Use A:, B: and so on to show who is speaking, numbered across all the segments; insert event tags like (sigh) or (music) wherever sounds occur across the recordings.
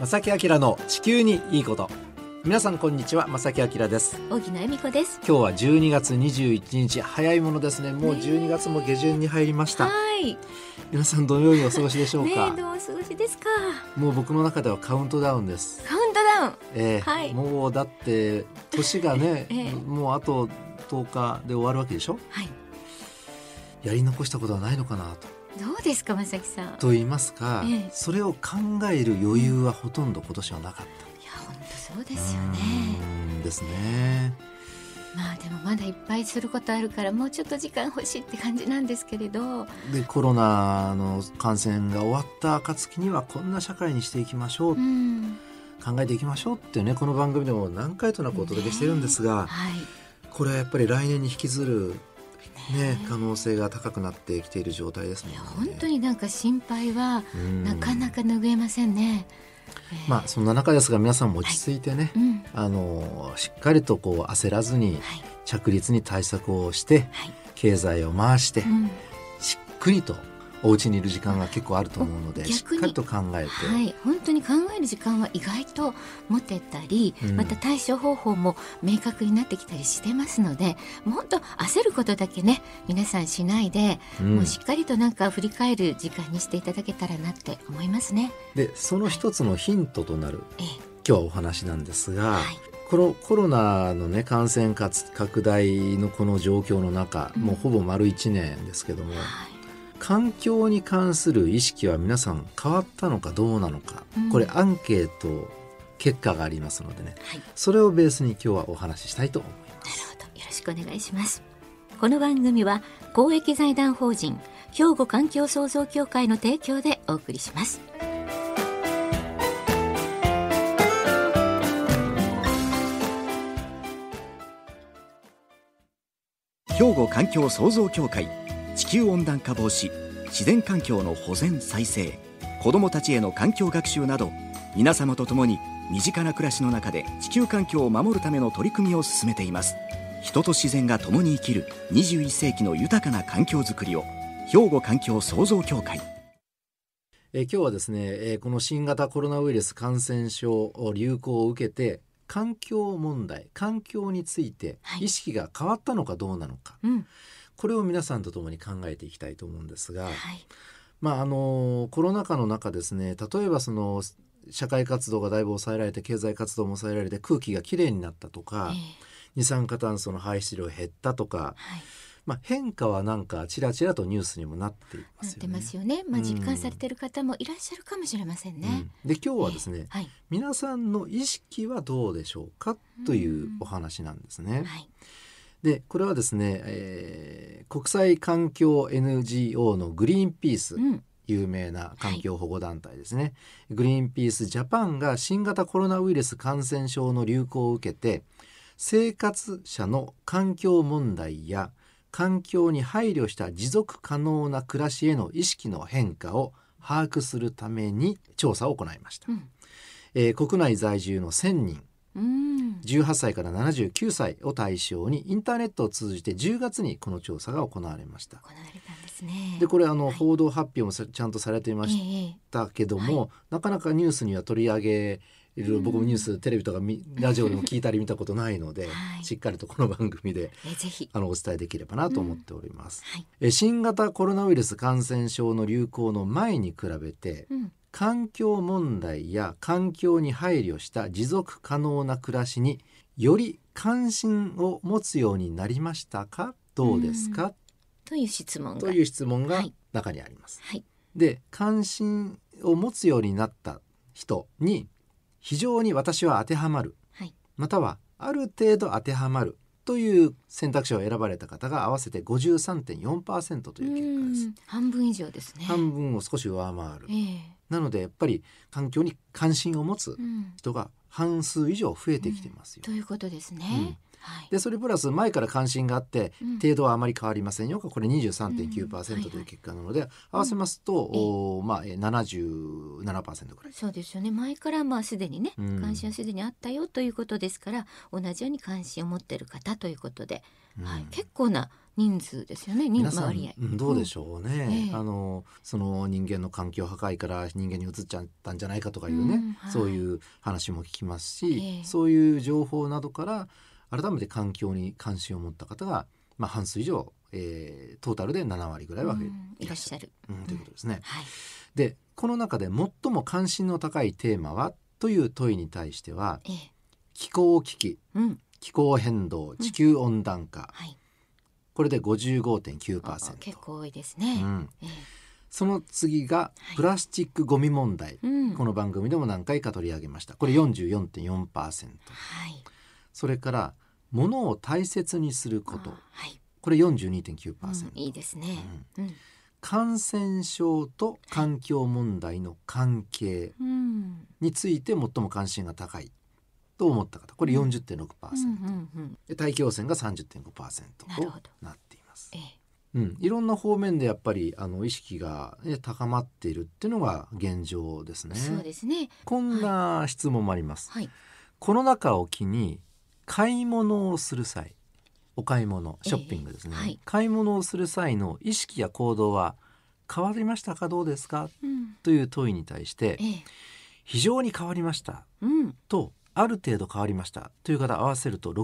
A: 正木明の地球にいいこと皆さんこんにちは正木明です
B: 大木の恵美子です。
A: 今日は12月21日早いものですねもう12月も下旬に入りました、
B: はい。
A: 皆さんどのようにお過ごしでしょう
B: ね
A: か、
B: えどうお過ごしですか。
A: もう僕の中ではカウントダウンです
B: カウントダウン。
A: えー
B: はい
A: もうだって年がね、
B: え (laughs) え
A: もうあと10日で終わるわけでしょ
B: はい。
A: やり残したことはないのかなと
B: どうですか、まさきさん。いや、
A: と言いますか、
B: ええ
A: それを考える余裕はほとんど今年はなかった
B: 本当そうですよね。
A: うんですね
B: まあ、でも、まだいっぱいすることあるから、もうちょっと時間欲しいって感じなんですけれど。
A: でコロナの感染が終わった暁にはこんな社会にしていきましょう、
B: うん。
A: 考えていきましょうってねこの番組でも何回となくお届けしてるんですが、
B: はい。
A: これはやっぱり来年に引きずる、ね
B: ねえ
A: 可能性が高くなってきている状態ですもん
B: い
A: ね
B: や、本当になんか心配は、
A: うん
B: なかなか拭えませんね。ええ
A: まあそんな中ですが皆さんも落ち着いてね、
B: うん。
A: あのしっかりとこう焦らずに
B: はい。
A: 着実に対策をして
B: はい。
A: 経済を回して
B: うん。
A: しっくりとお家にいる時間が結構あると思うので
B: 逆に
A: しっかりと考えて、
B: はい、本当に考える時間は意外と持てたり、
A: うん
B: また対処方法も明確になってきたりしてますのでもっと焦ることだけね皆さんしないで、
A: うん
B: もうしっかりとなんか振り返る時間にしていただけたらなって思いますね。
A: でその一つのヒントとなる
B: ええ
A: 今日はお話なんですが、
B: はい
A: このコロナのね感染かつ拡大のこの状況の中、
B: うん
A: もうほぼ丸1年ですけども
B: はい
A: 環境に関する意識は皆さん変わったのかどうなのか、
B: うん
A: これアンケート結果がありますのでね
B: はい
A: それをベースに今日はお話ししたいと思いま
B: なるほど。よろしくお願いします。この番組は公益財団法人兵庫環境創造協会の提供でお送りします。
C: 兵庫環境創造協会地球温暖化防止自然環境の保全再生子どもたちへの環境学習など皆様と共に身近な暮らしの中で地球環境を守るための取り組みを進めています人と自然が共に生きる21世紀の豊かな環境づくりを兵庫環境創造協会
A: えー今日はですね、えーこの新型コロナウイルス感染症流行を受けて環境問題環境について
B: はい
A: 意識が変わったのかどうなのか、
B: うん。
A: これを皆さんと共に考えていきたいと思うんですが、
B: はい。
A: まああのコロナ禍の中ですね例えばその社会活動がだいぶ抑えられて経済活動も抑えられて空気がきれいになったとか、
B: ええ
A: 二酸化炭素の排出量減ったとか、
B: はい。
A: まあ、変化はなんかちらちらとニュースにもなっていま
B: なっ
A: すよ
B: て
A: ね。
B: ますよね。まあ
A: うん
B: 実感されてる方もいらっしゃるかもしれませんね。
A: うんで今日はですね、
B: はい。
A: 皆さんの意識はどうでしょうかというお話なんですね。
B: はい。
A: でこれはですね、えー国際環境 NGO のグリーンピース、
B: うん。
A: 有名な環境保護団体ですね、グリーンピースジャパンが新型コロナウイルス感染症の流行を受けて生活者の環境問題や環境に配慮した持続可能な暮らしへの意識の変化を把握するために調査を行いました、
B: うん
A: えー国内在住の1,000人
B: うん。
A: 18歳から79歳を対象にインターネットを通じて10月にこの調査が行われました
B: 行われたんですね。
A: でこれあの
B: はい
A: 報道発表もさちゃんとされていまし
B: ええ
A: ったけども、なかなかニュースには取り上げる
B: うん
A: 僕もニューステレビとかみラジオでも聞いたり見たことないので、
B: (laughs) はい
A: しっかりとこの番組で
B: ええぜひ。
A: あのお伝えできればなと思っております、
B: はい。
A: え新型コロナウイルス感染症の流行の前に比べて
B: うん。
A: 環境問題や環境に配慮した持続可能な暮らしにより関心を持つようになりましたかどうですか、
B: という質問が。
A: という質問
B: は
A: が
B: い
A: 中にあります、
B: はい。
A: で関心を持つようになった人に非常に私は当てはまる
B: はい。
A: またはある程度当てはまるという選択肢を選ばれた方が合わせて53.4%という結果で
B: う
A: す
B: ん。半分以上ですね。
A: 半分を少し上回る
B: ええ
A: なのでやっぱり環境に関心を持つ
B: うん。
A: 人が半数以上増えてきてますよ
B: ということですね。
A: うん
B: はい。
A: でそれプラス前から関心があって
B: うん
A: 程度はあまり変わりませんよがこれ
B: うんはいはい
A: 23.9%という結果なので合わせますと
B: ええ
A: おーまあえー77%ぐらい。
B: そうですよね前からまあすでにね、
A: うん
B: 関心はすでにあったよということですから同じように関心を持っている方ということで、
A: うん
B: はい、結構な人数ですよね人
A: 皆
B: 数
A: さ
B: 割合
A: ん、うんどうでしょうね、
B: ええ
A: あのその人間の環境破壊から人間に移っちゃったんじゃないかとかいうね、
B: うんはい
A: そういう話も聞きますし、
B: ええ
A: そういう情報などから改めて環境に関心を持った方が、まあ、半数以上、えートータルで7割ぐらいは増え
B: うんいらっしゃる、
A: うんということですね。
B: はい
A: でこの中で最も関心の高いテーマはという問いに対しては
B: ええ
A: 気候危機
B: うん
A: 気候変動地球温暖化、
B: はい
A: これで
B: あ
A: 55.9%。
B: 結構多いですね、
A: うん
B: ええ
A: その次が
B: はい
A: プラスチックごみ問題、
B: うん
A: この番組でも何回か取り上げましたこれ44.4%
B: はい
A: それから物を大切にすること
B: あはい、
A: これ42.9%、
B: うんいいですね、うん
A: 感染症と環境問題の関係
B: うん
A: について最も関心が高いと思った方これ40.6%、
B: うんうんうん
A: で大気汚染が30.5%
B: なる
A: と
B: ほど
A: なっています
B: ええ
A: うん、いろんな方面でやっぱりあの意識が、ね、高まっているっていうのが現状ですね。
B: そうですね
A: こんな質問もあります。
B: はい
A: コロナ禍を機に買い物をする際、お買い物、
B: ええ
A: ショッピングですね。
B: はい
A: 買い物をする際の意識や行動は変わりましたかどうですか
B: うん
A: という問いに対して
B: ええ
A: 非常に変わりました
B: うん
A: とある程度変わりましたという方合わせると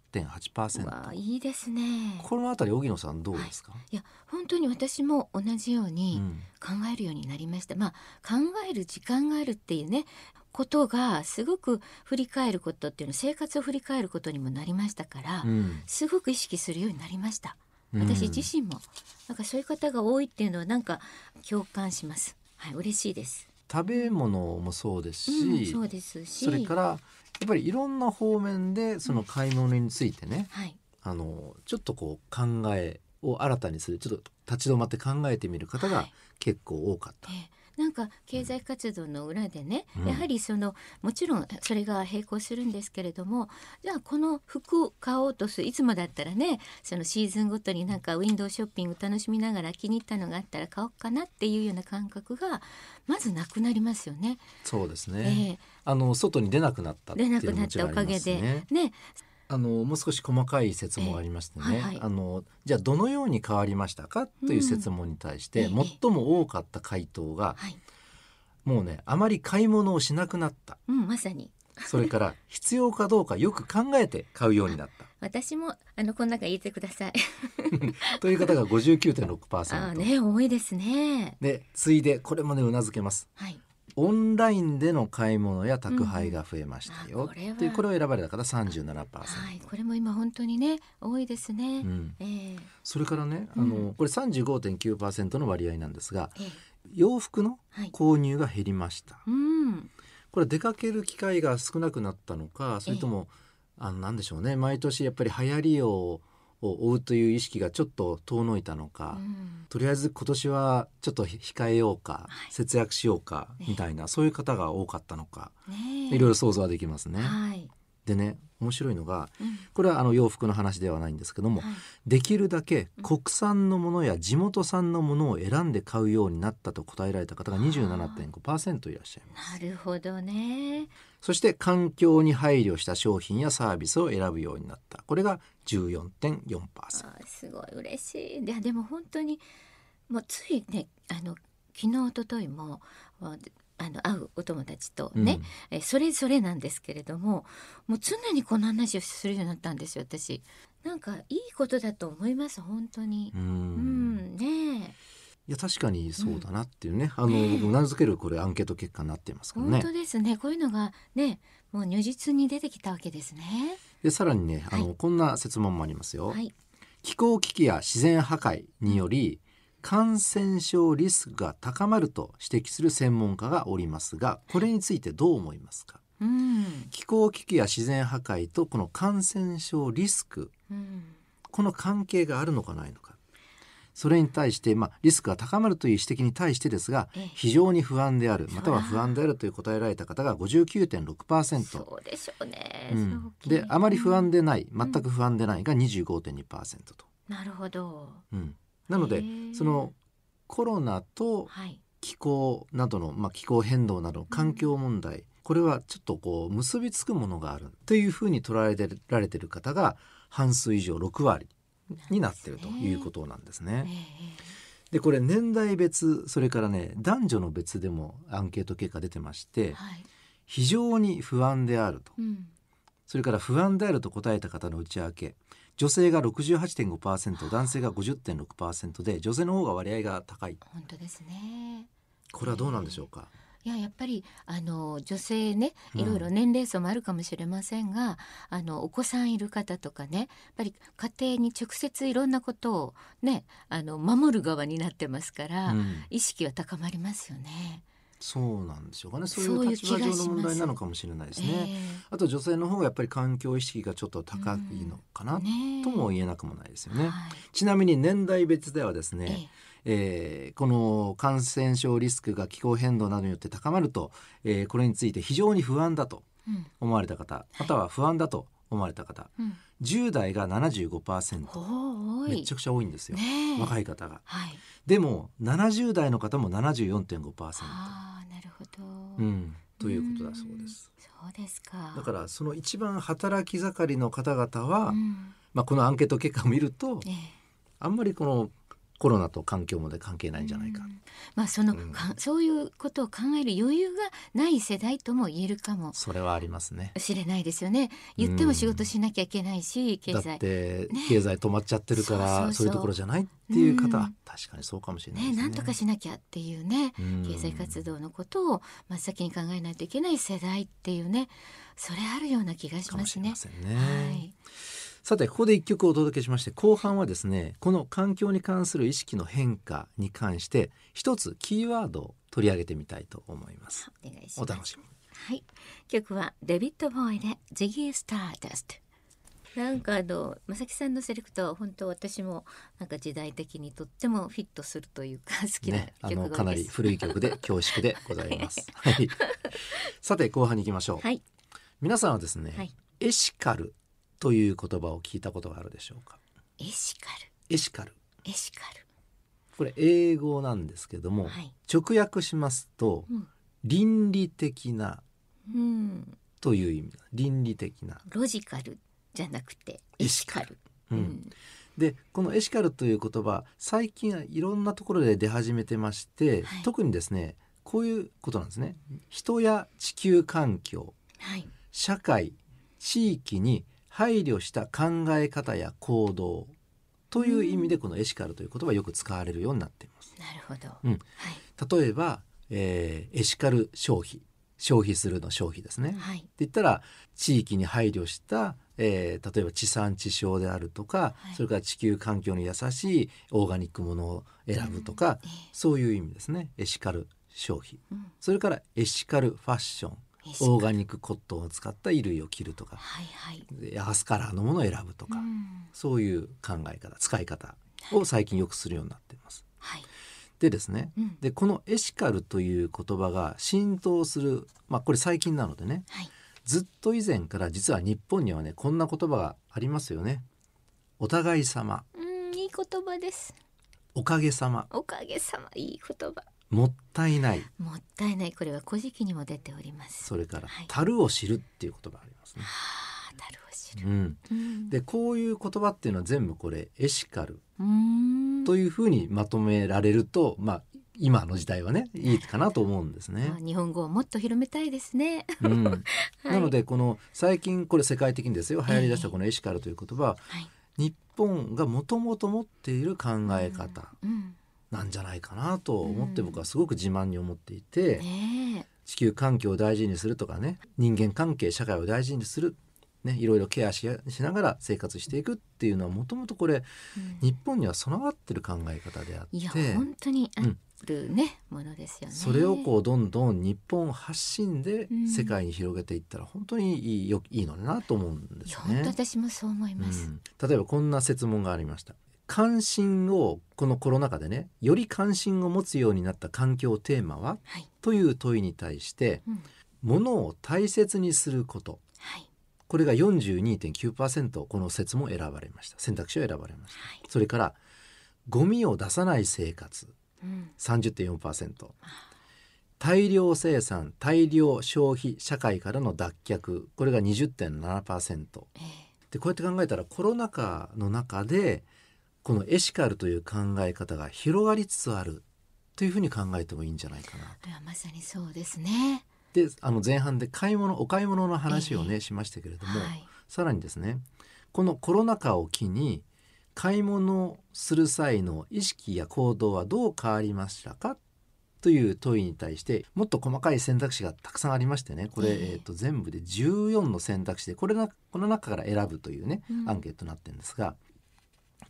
B: うわあ
A: 66.8%。
B: いいですね
A: このあたり荻野さんどうですか？
B: いや本当に私も同じよう
A: う
B: に
A: ん
B: 考えるようになりました、まあ考える時間があるっていうねことがすごく振り返ることっていうの生活を振り返ることにもなりましたから、
A: うん
B: すごく意識するようになりました
A: うん
B: 私自身も、なんかそういう方が多いっていうのはなんか共感しますはい嬉しいです、
A: 食べ物もそうですし、
B: うん、そうですし
A: それからやっぱりいろんな方面でその買い物についてね、
B: はい
A: あのちょっとこう考えを新たにするちょっと立ち止まって考えてみる方
B: は
A: が
B: い
A: 結構多かった。
B: ええなんか経済活動の裏でね、
A: うん
B: やはりそのもちろんそれが並行するんですけれどもじゃあこの服を買おうとするいつもだったらねそのシーズンごとになんかウィンドウショッピング楽しみながら気に入ったのがあったら買おうかなっていうような感覚がまずなくなりますよね。
A: そうです
B: え
A: ね、
B: え
A: あの外に出なくなったってい
B: 出
A: う
B: なく
A: のも
B: なっ
A: もち
B: た
A: ろ
B: お
A: ん
B: か
A: ありま
B: げ
A: す
B: で
A: ね
B: ね。
A: あのもう少し細かい説もありましてね、
B: ええはいはい
A: あのじゃあどのように変わりましたかという説問に対して、
B: うんええ
A: 最も多かった回答が、
B: はい、
A: もうねあまり買い物をしなくなった
B: うん、まさに
A: それ
B: (laughs)
A: から必要かどうかよく考えて買うようになっ
B: 私もあのこの中入れてください。
A: たという
B: (laughs)
A: 方が59.6%
B: ああね多いですね。
A: で次いでこれもねうなずけます
B: はい、
A: オンラインでの買い物や宅配が増えました
B: うんあ
A: よ
B: これは
A: というこれを選ばれた方37%、
B: はい、これも今本当にね多いですね。
A: うん、
B: ええ
A: それからねあ
B: うん
A: のこれ35.9%の割合なんですが
B: ええ
A: 洋服の
B: はい。
A: 購入が減りました
B: うん。
A: これ出かける機会が少なくなったのかそれともあのなんでしょうね毎年やっぱり流行りをを追うという意識がちょっと遠のいたの
B: う
A: か、
B: ん
A: とりあえず今年はちょっと控えようか、
B: はい
A: 節約しようか
B: ええ
A: みたいな、そういう方が多かったのか、
B: ねえ
A: いろいろ想像はできますね。
B: はい。
A: でね面白いのが
B: うん
A: これはあの洋服の話ではないんですけども、
B: はい
A: できるだけ
B: うん
A: 国産のものや地元産のものを選んで買うようになったと答えられた方が27.5%いらっしゃいます。
B: なるほどね。
A: そして環境に配慮した商品やサービスを選ぶようになったこれが14.4%。
B: あーすごい嬉しい。いやでも本当にもうついねあの昨日一昨日もああの会うお友達と
A: うん
B: ね、えそれぞれなんですけれどももう常にこの話をするようになったんですよ私。なんかいいことだと思います本当に
A: う。
B: うんん、ねえ
A: いや確かにそうだなっていうね、あ
B: ね
A: の
B: え
A: 僕うなずけるこれアンケート結果になっていますから
B: 本
A: ね
B: 当ですねこういうのがねもう如実に出てきたわけですね。
A: でさらにねあの、
B: は
A: こんな説問もありますよ、
B: はい。
A: 気候危機や自然破壊により感染症リスクが高まると指摘する専門家がおりますがこれについてどう思いますか
B: うん。
A: 気候危機や自然破壊とこの感染症リスク
B: うん。
A: この関係があるのかないのかそれに対して、まあ、リスクが高まるという指摘に対してですが
B: ええ
A: 非常に不安である
B: そうだ
A: または不安であるという答えられた方が59.6%、
B: そうでしょうね。
A: う、
B: そうん気に
A: であまり不安でない全く不安でないが25.2%と、
B: なるほど。
A: うん、なの
B: へ
A: で
B: え
A: そのコロナと
B: はい。
A: 気候などの、まあ、気候変動などの環境問題、これはちょっとこう結びつくものがあるというふうに捉えられてる方が半数以上6割になっているということなんです
B: ええ
A: ね。でこれ年代別それからね男女の別でもアンケート結果出てまし
B: ええ
A: て
B: はい。
A: 非常に不安であると
B: うん。
A: それから不安であると答えた方の内訳女性が68.5%男性が50.6%で女性の方が割合が高い
B: 本当ですね。
A: これはどうなんでしょうか、
B: いややっぱりあの女性ね
A: うん
B: いろいろ年齢層もあるかもしれませんが、あのお子さんいる方とかねやっぱり家庭に直接いろんなことをねあの守る側になってますから、
A: うん
B: 意識は高まりますよね。
A: そうなんでしょうかねそう
B: そう
A: い
B: いうう
A: 立場
B: 気が
A: 上
B: し
A: の
B: ます
A: 問題なのかもしれないですね。あと女性の方がやっぱり環境意識がちょっと高いのか
B: え
A: な
B: えね
A: とも言えなくもないですよね。
B: はい
A: ちなみに年代別ではです
B: え
A: ね、
B: え
A: えーこの感染症リスクが気候変動などによって高まると、えーこれについて非常に不安だと
B: うん
A: 思われた方または不安だと思われた方
B: うん、
A: 10代が75%
B: おー多い
A: めちゃくちゃ多いんですよ、
B: ねえ
A: 若い方が
B: はい
A: でも70代の方も74.5%、
B: ああなるほど、
A: うん、ということだそうです
B: そうですか
A: だからその一番働き盛りの方々は、
B: うん
A: まあ、このアンケート結果を見ると
B: ええ
A: あんまりこのコロナと環境まで関係ないんじゃないか、
B: うんまあその、
A: うん
B: かそういうことを考える余裕がない世代とも言えるかも
A: それはありますね
B: しれないですよね。言っても仕事しなきゃいけないし、経
A: だっ
B: 済。
A: て経済止まっちゃってるから、
B: そう
A: そう
B: そうそう
A: いうところじゃないっていう方、
B: うん
A: あ確かにそうかもしれない
B: ね、
A: ですね。
B: なんとかしなきゃっていうね、
A: うん
B: 経済活動のことを真っ先に考えないといけない世代っていうね、それあるような気がし
A: か
B: ま
A: も
B: す
A: しれ
B: ね
A: ま。せんね。
B: はい。
A: さてここで一曲お届けしまして後半はですねこの環境に関する意識の変化に関して一つキーワードを取り上げてみたいと思います。
B: お願いし
A: お
B: ます
A: 楽。しみに。
B: はい、曲はデビッド・ボーイで「ジギー・スター・ダスト」。なんかあの正木さんのセレクトは本当私もなんか時代的にとってもフィットするというか好きな
A: ね、あ
B: 曲
A: のか
B: が多
A: ないり
B: です。
A: 古い曲で恐縮でござい
B: (laughs)
A: ます。はい。さて後半に行きましょう。
B: はい、
A: 皆さんはですね、
B: はい
A: エシカルという言葉を聞いたことがあるでしょうか。
B: エシカル
A: エシカル。
B: エシカル
A: これ英語なんですけども、
B: はい、
A: 直訳しますと
B: うん
A: 倫理的な
B: うん、
A: という意味倫理的な、
B: ロジカルじゃなくて
A: エ
B: エ
A: シ
B: シ
A: カ
B: カ
A: ル
B: ル。
A: うんでこのエシカルという言葉最近はいろんなところで出始めてまして、
B: はい
A: 特にですねこういうことなんですね人や地球環境
B: はい、
A: 社会地域に配慮した考え方や行動という意味でこのエシカルという言葉はよく使われるようになっています
B: なるほど。
A: うん
B: は
A: 例えば、えーエシカル消費消費するの消費ですね、
B: い、はい、
A: って言ったら地域に配慮した、えー例えば地産地消であるとか、
B: はい
A: それから地球環境に優しいオーガニックものを選ぶとか、
B: え
A: そういう意味ですねエシカル消費
B: えうん、
A: それからエシカルファッション
B: エシ
A: オー
B: カ
A: ガ
B: ル
A: ニックコットンを使った衣類を着るとか
B: はいはい。
A: でアースカラーのものを選ぶと
B: う
A: か、
B: ん、
A: そういう考え方使い方を最近よくするようになっています。
B: はい、
A: でですね
B: うん、
A: でこのエシカルという言葉が浸透する、まあ、これ最近なのでね
B: はい、
A: ずっと以前から実は日本にはねこんな言葉がありますよね。お互い様、
B: うん、いい言葉です。
A: おかげさま、
B: おかげさまいい言葉。
A: もったいない、
B: もったいないこれは古事記にも出ております。
A: それから
B: はい
A: 樽を知るっていう言葉がありますね。
B: ああ、なるほど。
A: うん、
B: うん
A: でこういう言葉っていうのは全部これエシカル
B: うーん
A: というふうにまとめられると、まあ今の時代はねいいかなと思うんですね
B: まあ。日本語をもっと広めたいですね。
A: うん、
B: (laughs) はい
A: なの、でこの最近これ世界的にですよ流行りだしたこのエシカルという言葉は
B: はい、
A: 日本がもともと持っている考え方、
B: (laughs) うん、
A: なんじゃないかなと思って
B: うん
A: 僕はすごく自慢に思っていて、
B: ね
A: 地球環境を大事にするとかね人間関係社会を大事にする、ね、いろいろケアししながら生活していくっていうのはもともとこれ
B: え、うん
A: 日本には備わってる考え方であっ
B: いや
A: て
B: 本当にあるね、ものですよね。
A: それをこうどんどん日本発信で
B: うん
A: 世界に広げていったら本当にいいよいいのになと思うんで
B: い
A: す
B: や
A: よ
B: 本当
A: ね。
B: 私もそう思いうます。
A: ん、例えばこんな設問がありました。関心をこのコロナ禍でねより関心を持つようになった環境テーマは
B: はい、
A: という問いに対して
B: うん、
A: 物を大切にすること
B: はい、
A: これが42.9%この説も選ばれました選択肢を選ばれまし
B: はい、
A: たそれからゴミを出さない生活
B: うん、
A: 30.4%大量生産大量消費社会からの脱却これが20.7%
B: ええ
A: でこうやって考えたらコロナ禍の中でこのエシカルという考え方が広がりつつあるというふうに考えてもいいんじゃないかな。
B: れはまさにそうですね。
A: であの前半で買い物お買い物の話をね、
B: え
A: しましたけれども、
B: はい。
A: さらにですねこのコロナ禍を機に買い物をする際の意識や行動はどう変わりましたかという問いに対してもっと細かい選択肢がたくさんありましてねこれ、
B: え
A: え
B: え
A: ーと全部で14の選択肢でこれなこの中から選ぶというね、
B: うん
A: アンケートになってるんですが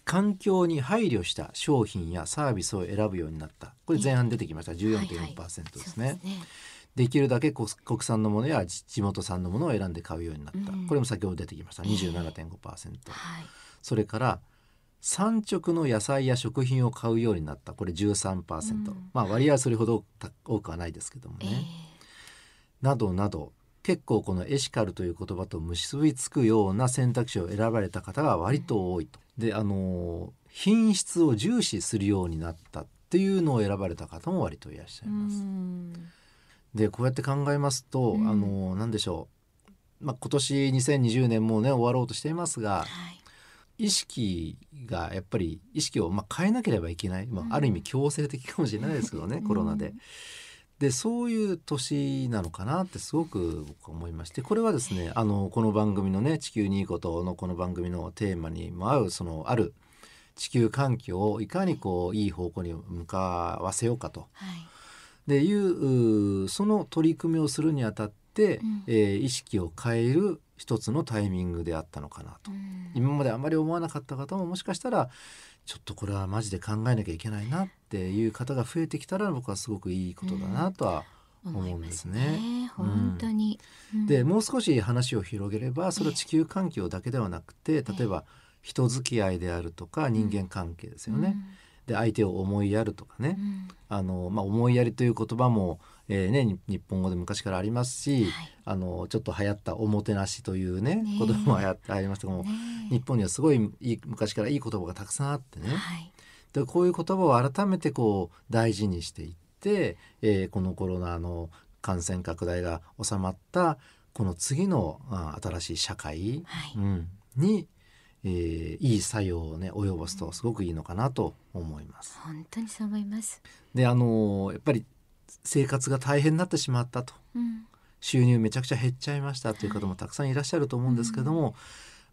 A: 環境に配慮した商品やサービスを選ぶようになったこれ前半出てきました14.4%ですね。できるだけこ国産のものや地地元産のものを選んで買うようになった、
B: うん
A: これも先ほど出てきました
B: ええ
A: 27.5%、
B: はい。
A: それから産直の野菜や食品を買うようになったこれ13%、
B: うん
A: まあ割合はそれほどた多くはないですけども
B: え
A: ね、などなど結構このエシカルという言葉と結びつくような選択肢を選ばれた方が割と多いと。であのー品質を重視するようになったっていうのを選ばれた方も割といらっしゃ
B: えう
A: います。
B: ん。
A: でこうやって考えますと、
B: うん
A: あの何でしょう、まあ、今年2020年もうね終わろうとしていますが
B: はい。
A: 意識がやっぱり意識をまあ変えなければいけない、ま
B: うん
A: あ、ある意味強制的かもしれないですけどね、
B: うん
A: コロナで。でそういう年なのかなってすごく僕は思いましてこれはですねあのこの番組のね「地球にいいこと」のこの番組のテーマにも合うそのある地球環境をいかにこういい方向に向かわせようかと
B: はい。
A: でいううその取り組みをするにあたって、
B: うん
A: えー意識を変える一つのタイミングであったのかなと、
B: うん
A: 今まであまり思わなかった方ももしかしたらちょっとこれはマジで考えなきゃいけないなっていう方が増えてきたら僕はすごくいいことだなとは、
B: 思
A: 思
B: い
A: うん
B: ま
A: ですす
B: ね
A: ね。
B: 本当に。うん
A: でもう少し話を広げればそれは地球環境だけではなくて
B: え
A: 例えば人付き合いであるとか人間関係ですよね。。で相手を思いやるとかね、
B: うんうん
A: あのまあ、思いやりという言葉も、えーね、に日本語で昔からありますし、
B: はい
A: あのちょっと流行ったおもてなしというね
B: ねえ
A: 言葉も流行流行りましたけども、
B: ねえ
A: 日本にはすごいいい昔からいい言葉がたくさんあってね、
B: はい。
A: でこういう言葉を改めてこう大事にしていって、えーこのコロナの感染拡大が収まったこの次のあ新しい社会、
B: はい。
A: うん、に、えーいい作用をね及ぼすとすごくいいのかなと思います。
B: 本当にそう思います。
A: であのやっぱり生活が大変になってしまったと
B: うん。
A: 収入めちゃくちゃ減っちゃいましたという方もたくさんいらっしゃると思うんですけども、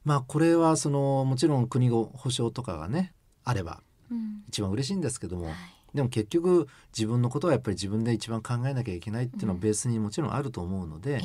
A: まあこれはそのもちろん国の保障とかがねあれば
B: うん。
A: 一番嬉しいんですけども、
B: はい。
A: でも結局自分のことはやっぱり自分で一番考えなきゃいけないっていうのはベースにもちろんあると思うので、
B: ええ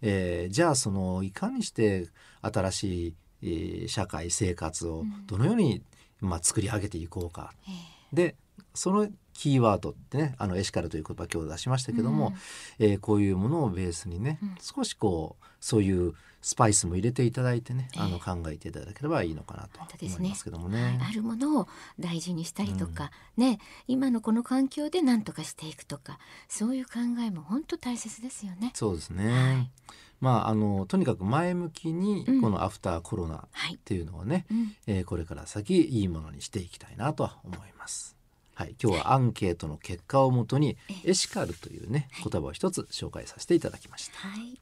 A: えーじゃあそのいかにして新しい、えー社会生活をどのように、まあ、作り上げていこうか
B: ええ
A: でそのキーワードってねあのエシカルという言葉今日出しましたけども、えーこういうものをベースにね、
B: うん
A: 少しこうそういうスパイスも入れていただいてね、
B: ええ
A: あの考えていただければいいのかなと
B: 本当ですね
A: 思いますけども
B: は
A: ね
B: い。あるものを大事にしたりとか、ね今のこの環境で何とかしていくとかそういう考えも本当大切ですよね。
A: そうですね、
B: はい
A: まああのとにかく前向きに
B: うん
A: このアフターコロナっ
B: はい、
A: ていうのをね、
B: うん、
A: えーこれから先いいものにしていきたいなとは思います。はい、今日はアンケートの結果をもとにエシカルというね言葉を一つ紹介させていただきました。
B: はい、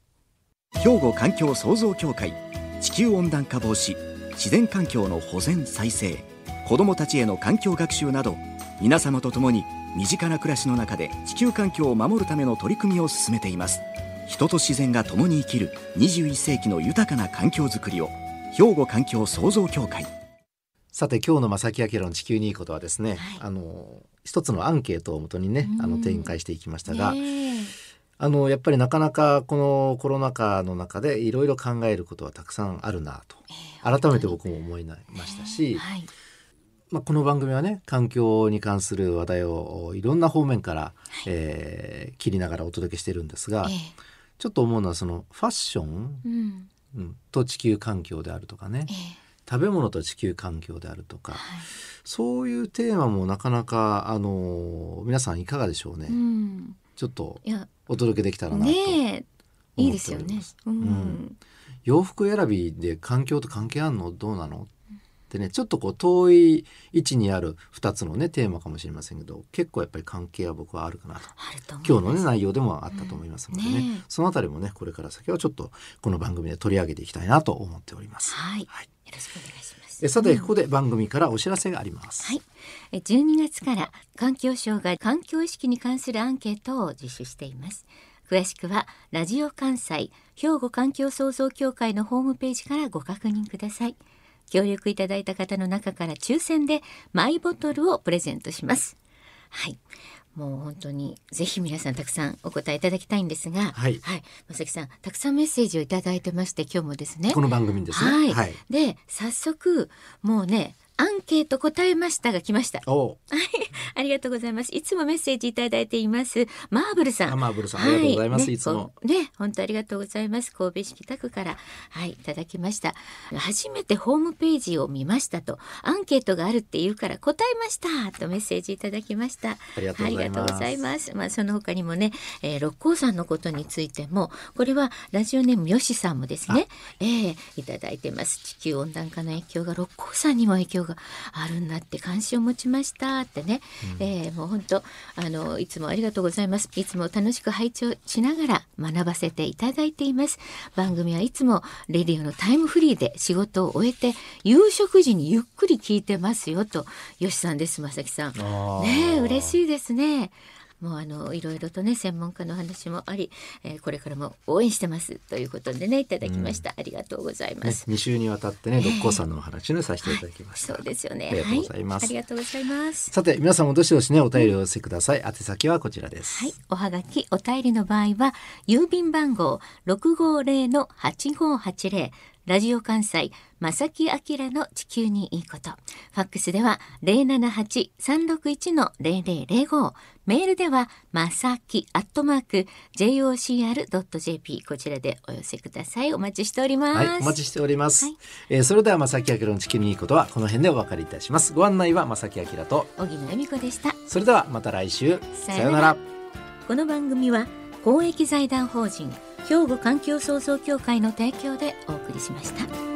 C: 兵庫環境創造協会地球温暖化防止自然環境の保全再生子どもたちへの環境学習など皆様と共に身近な暮らしの中で地球環境を守るための取り組みを進めています人と自然が共に生きる21世紀の豊かな環境づくりを兵庫環境創造協会
A: さて今日の正木明の地球にいいことはですね、
B: はい
A: あの一つのアンケートをもとにね、
B: うん
A: あの展開していきましたが、
B: ねえ
A: あのやっぱりなかなかこのコロナ禍の中でいろいろ考えることはたくさんあるなと改めて僕も思いましたし、
B: はい、
A: まあ、この番組はね環境に関する話題をいろんな方面から、えー切りながらお届けしてるんですが、
B: ええ
A: ちょっと思うのはそのファッション、
B: うん、
A: うんと地球環境であるとかね
B: ええ
A: 食べ物と地球環境であるとか、
B: はい、
A: そういうテーマもなかなかあの皆さんいかがでしょうね、
B: うん、
A: ちょっと
B: いや
A: お届けできたらなと、
B: ねえいいですよ
A: 思っており
B: ね
A: ます。
B: うん、
A: ん洋服選びで環境と関係あるのどうなのってねちょっとこう遠い位置にある2つのねテーマかもしれませんけど結構やっぱり関係は僕はあるかなと
B: あると思います
A: 今日のね内容でもあったと思いますのでね,、
B: うんねえ
A: そのあたりもねこれから先はちょっとこの番組で取り上げていきたいなと思っております。
B: はい、よ
A: はい
B: ろしくお願いします。です
A: えさてここで番組からお知らせがあります、
B: はいえ12月から環境省が環境意識に関するアンケートを実施しています詳しくはラジオ関西兵庫環境創造協会のホームページからご確認ください協力いただいた方の中から抽選でマイボトルをプレゼントしますはいもう本当にぜひ皆さんたくさんお答えいただきたいんですが
A: はい
B: はい、正木さんたくさんメッセージをいただいてまして今日もですね
A: この番組ですね
B: はい、で早速もうねアンケート答えましたが来ました。
A: お
B: ありがとうございます。いつもメッセージいただいています。マーブルさん。
A: アマーブルさんありがとうございます、、
B: はい
A: つも。
B: こうね、本当ありがとうございます。神戸市北区から、はい、いただきました。初めてホームページを見ましたと、アンケートがあるって言うから答えましたとメッセージいただきました。
A: ありがとうございます
B: ありがとうございます。まあ、その他にもね、えー、六甲山のことについても、これはラジオネームよしさんもですね、えーいただいてます。地球温暖化の影響が六甲山にも影響があるんだって関心を持ちましたってね、えーもう本当あのいつもありがとうございます。いつも楽しく拝聴しながら学ばせていただいています。番組はいつもレディオのタイムフリーで仕事を終えて夕食時にゆっくり聞いてますよと、よしさんです、まさきさん。
A: あー
B: ねえ嬉しいですね。もうあのいろいろとね専門家の話もあり、えーこれからも応援してますということでねいただきました、ありがとうございま
A: ね、
B: す。
A: 2週にわたってね六甲山のお話をねさせていただきました、
B: そうですよね。
A: ありがとうございます
B: はありがとうございます。
A: さて皆さんもどしどしねお便りを寄せてください、宛先はこちらです、
B: はい、おはがきお便りの場合は郵便番号六五零の八五八零ラジオ関西正木明の地球にいいこと。ファックスでは零七八三六一の零零零五。メールではまさきアットマーク j o c r ドット j p こちらでお寄せください。お待ちしております。
A: はい、お待ちしております。
B: はい
A: えーそれではまさきあきらの地球にいいことはこの辺でお別れいたします。ご案内はまさきあきらと。
B: 小木野恵美子でした。
A: それではまた来週。
B: さようならこの番組は公益財団法人兵庫環境創造協会の提供でお送りしました。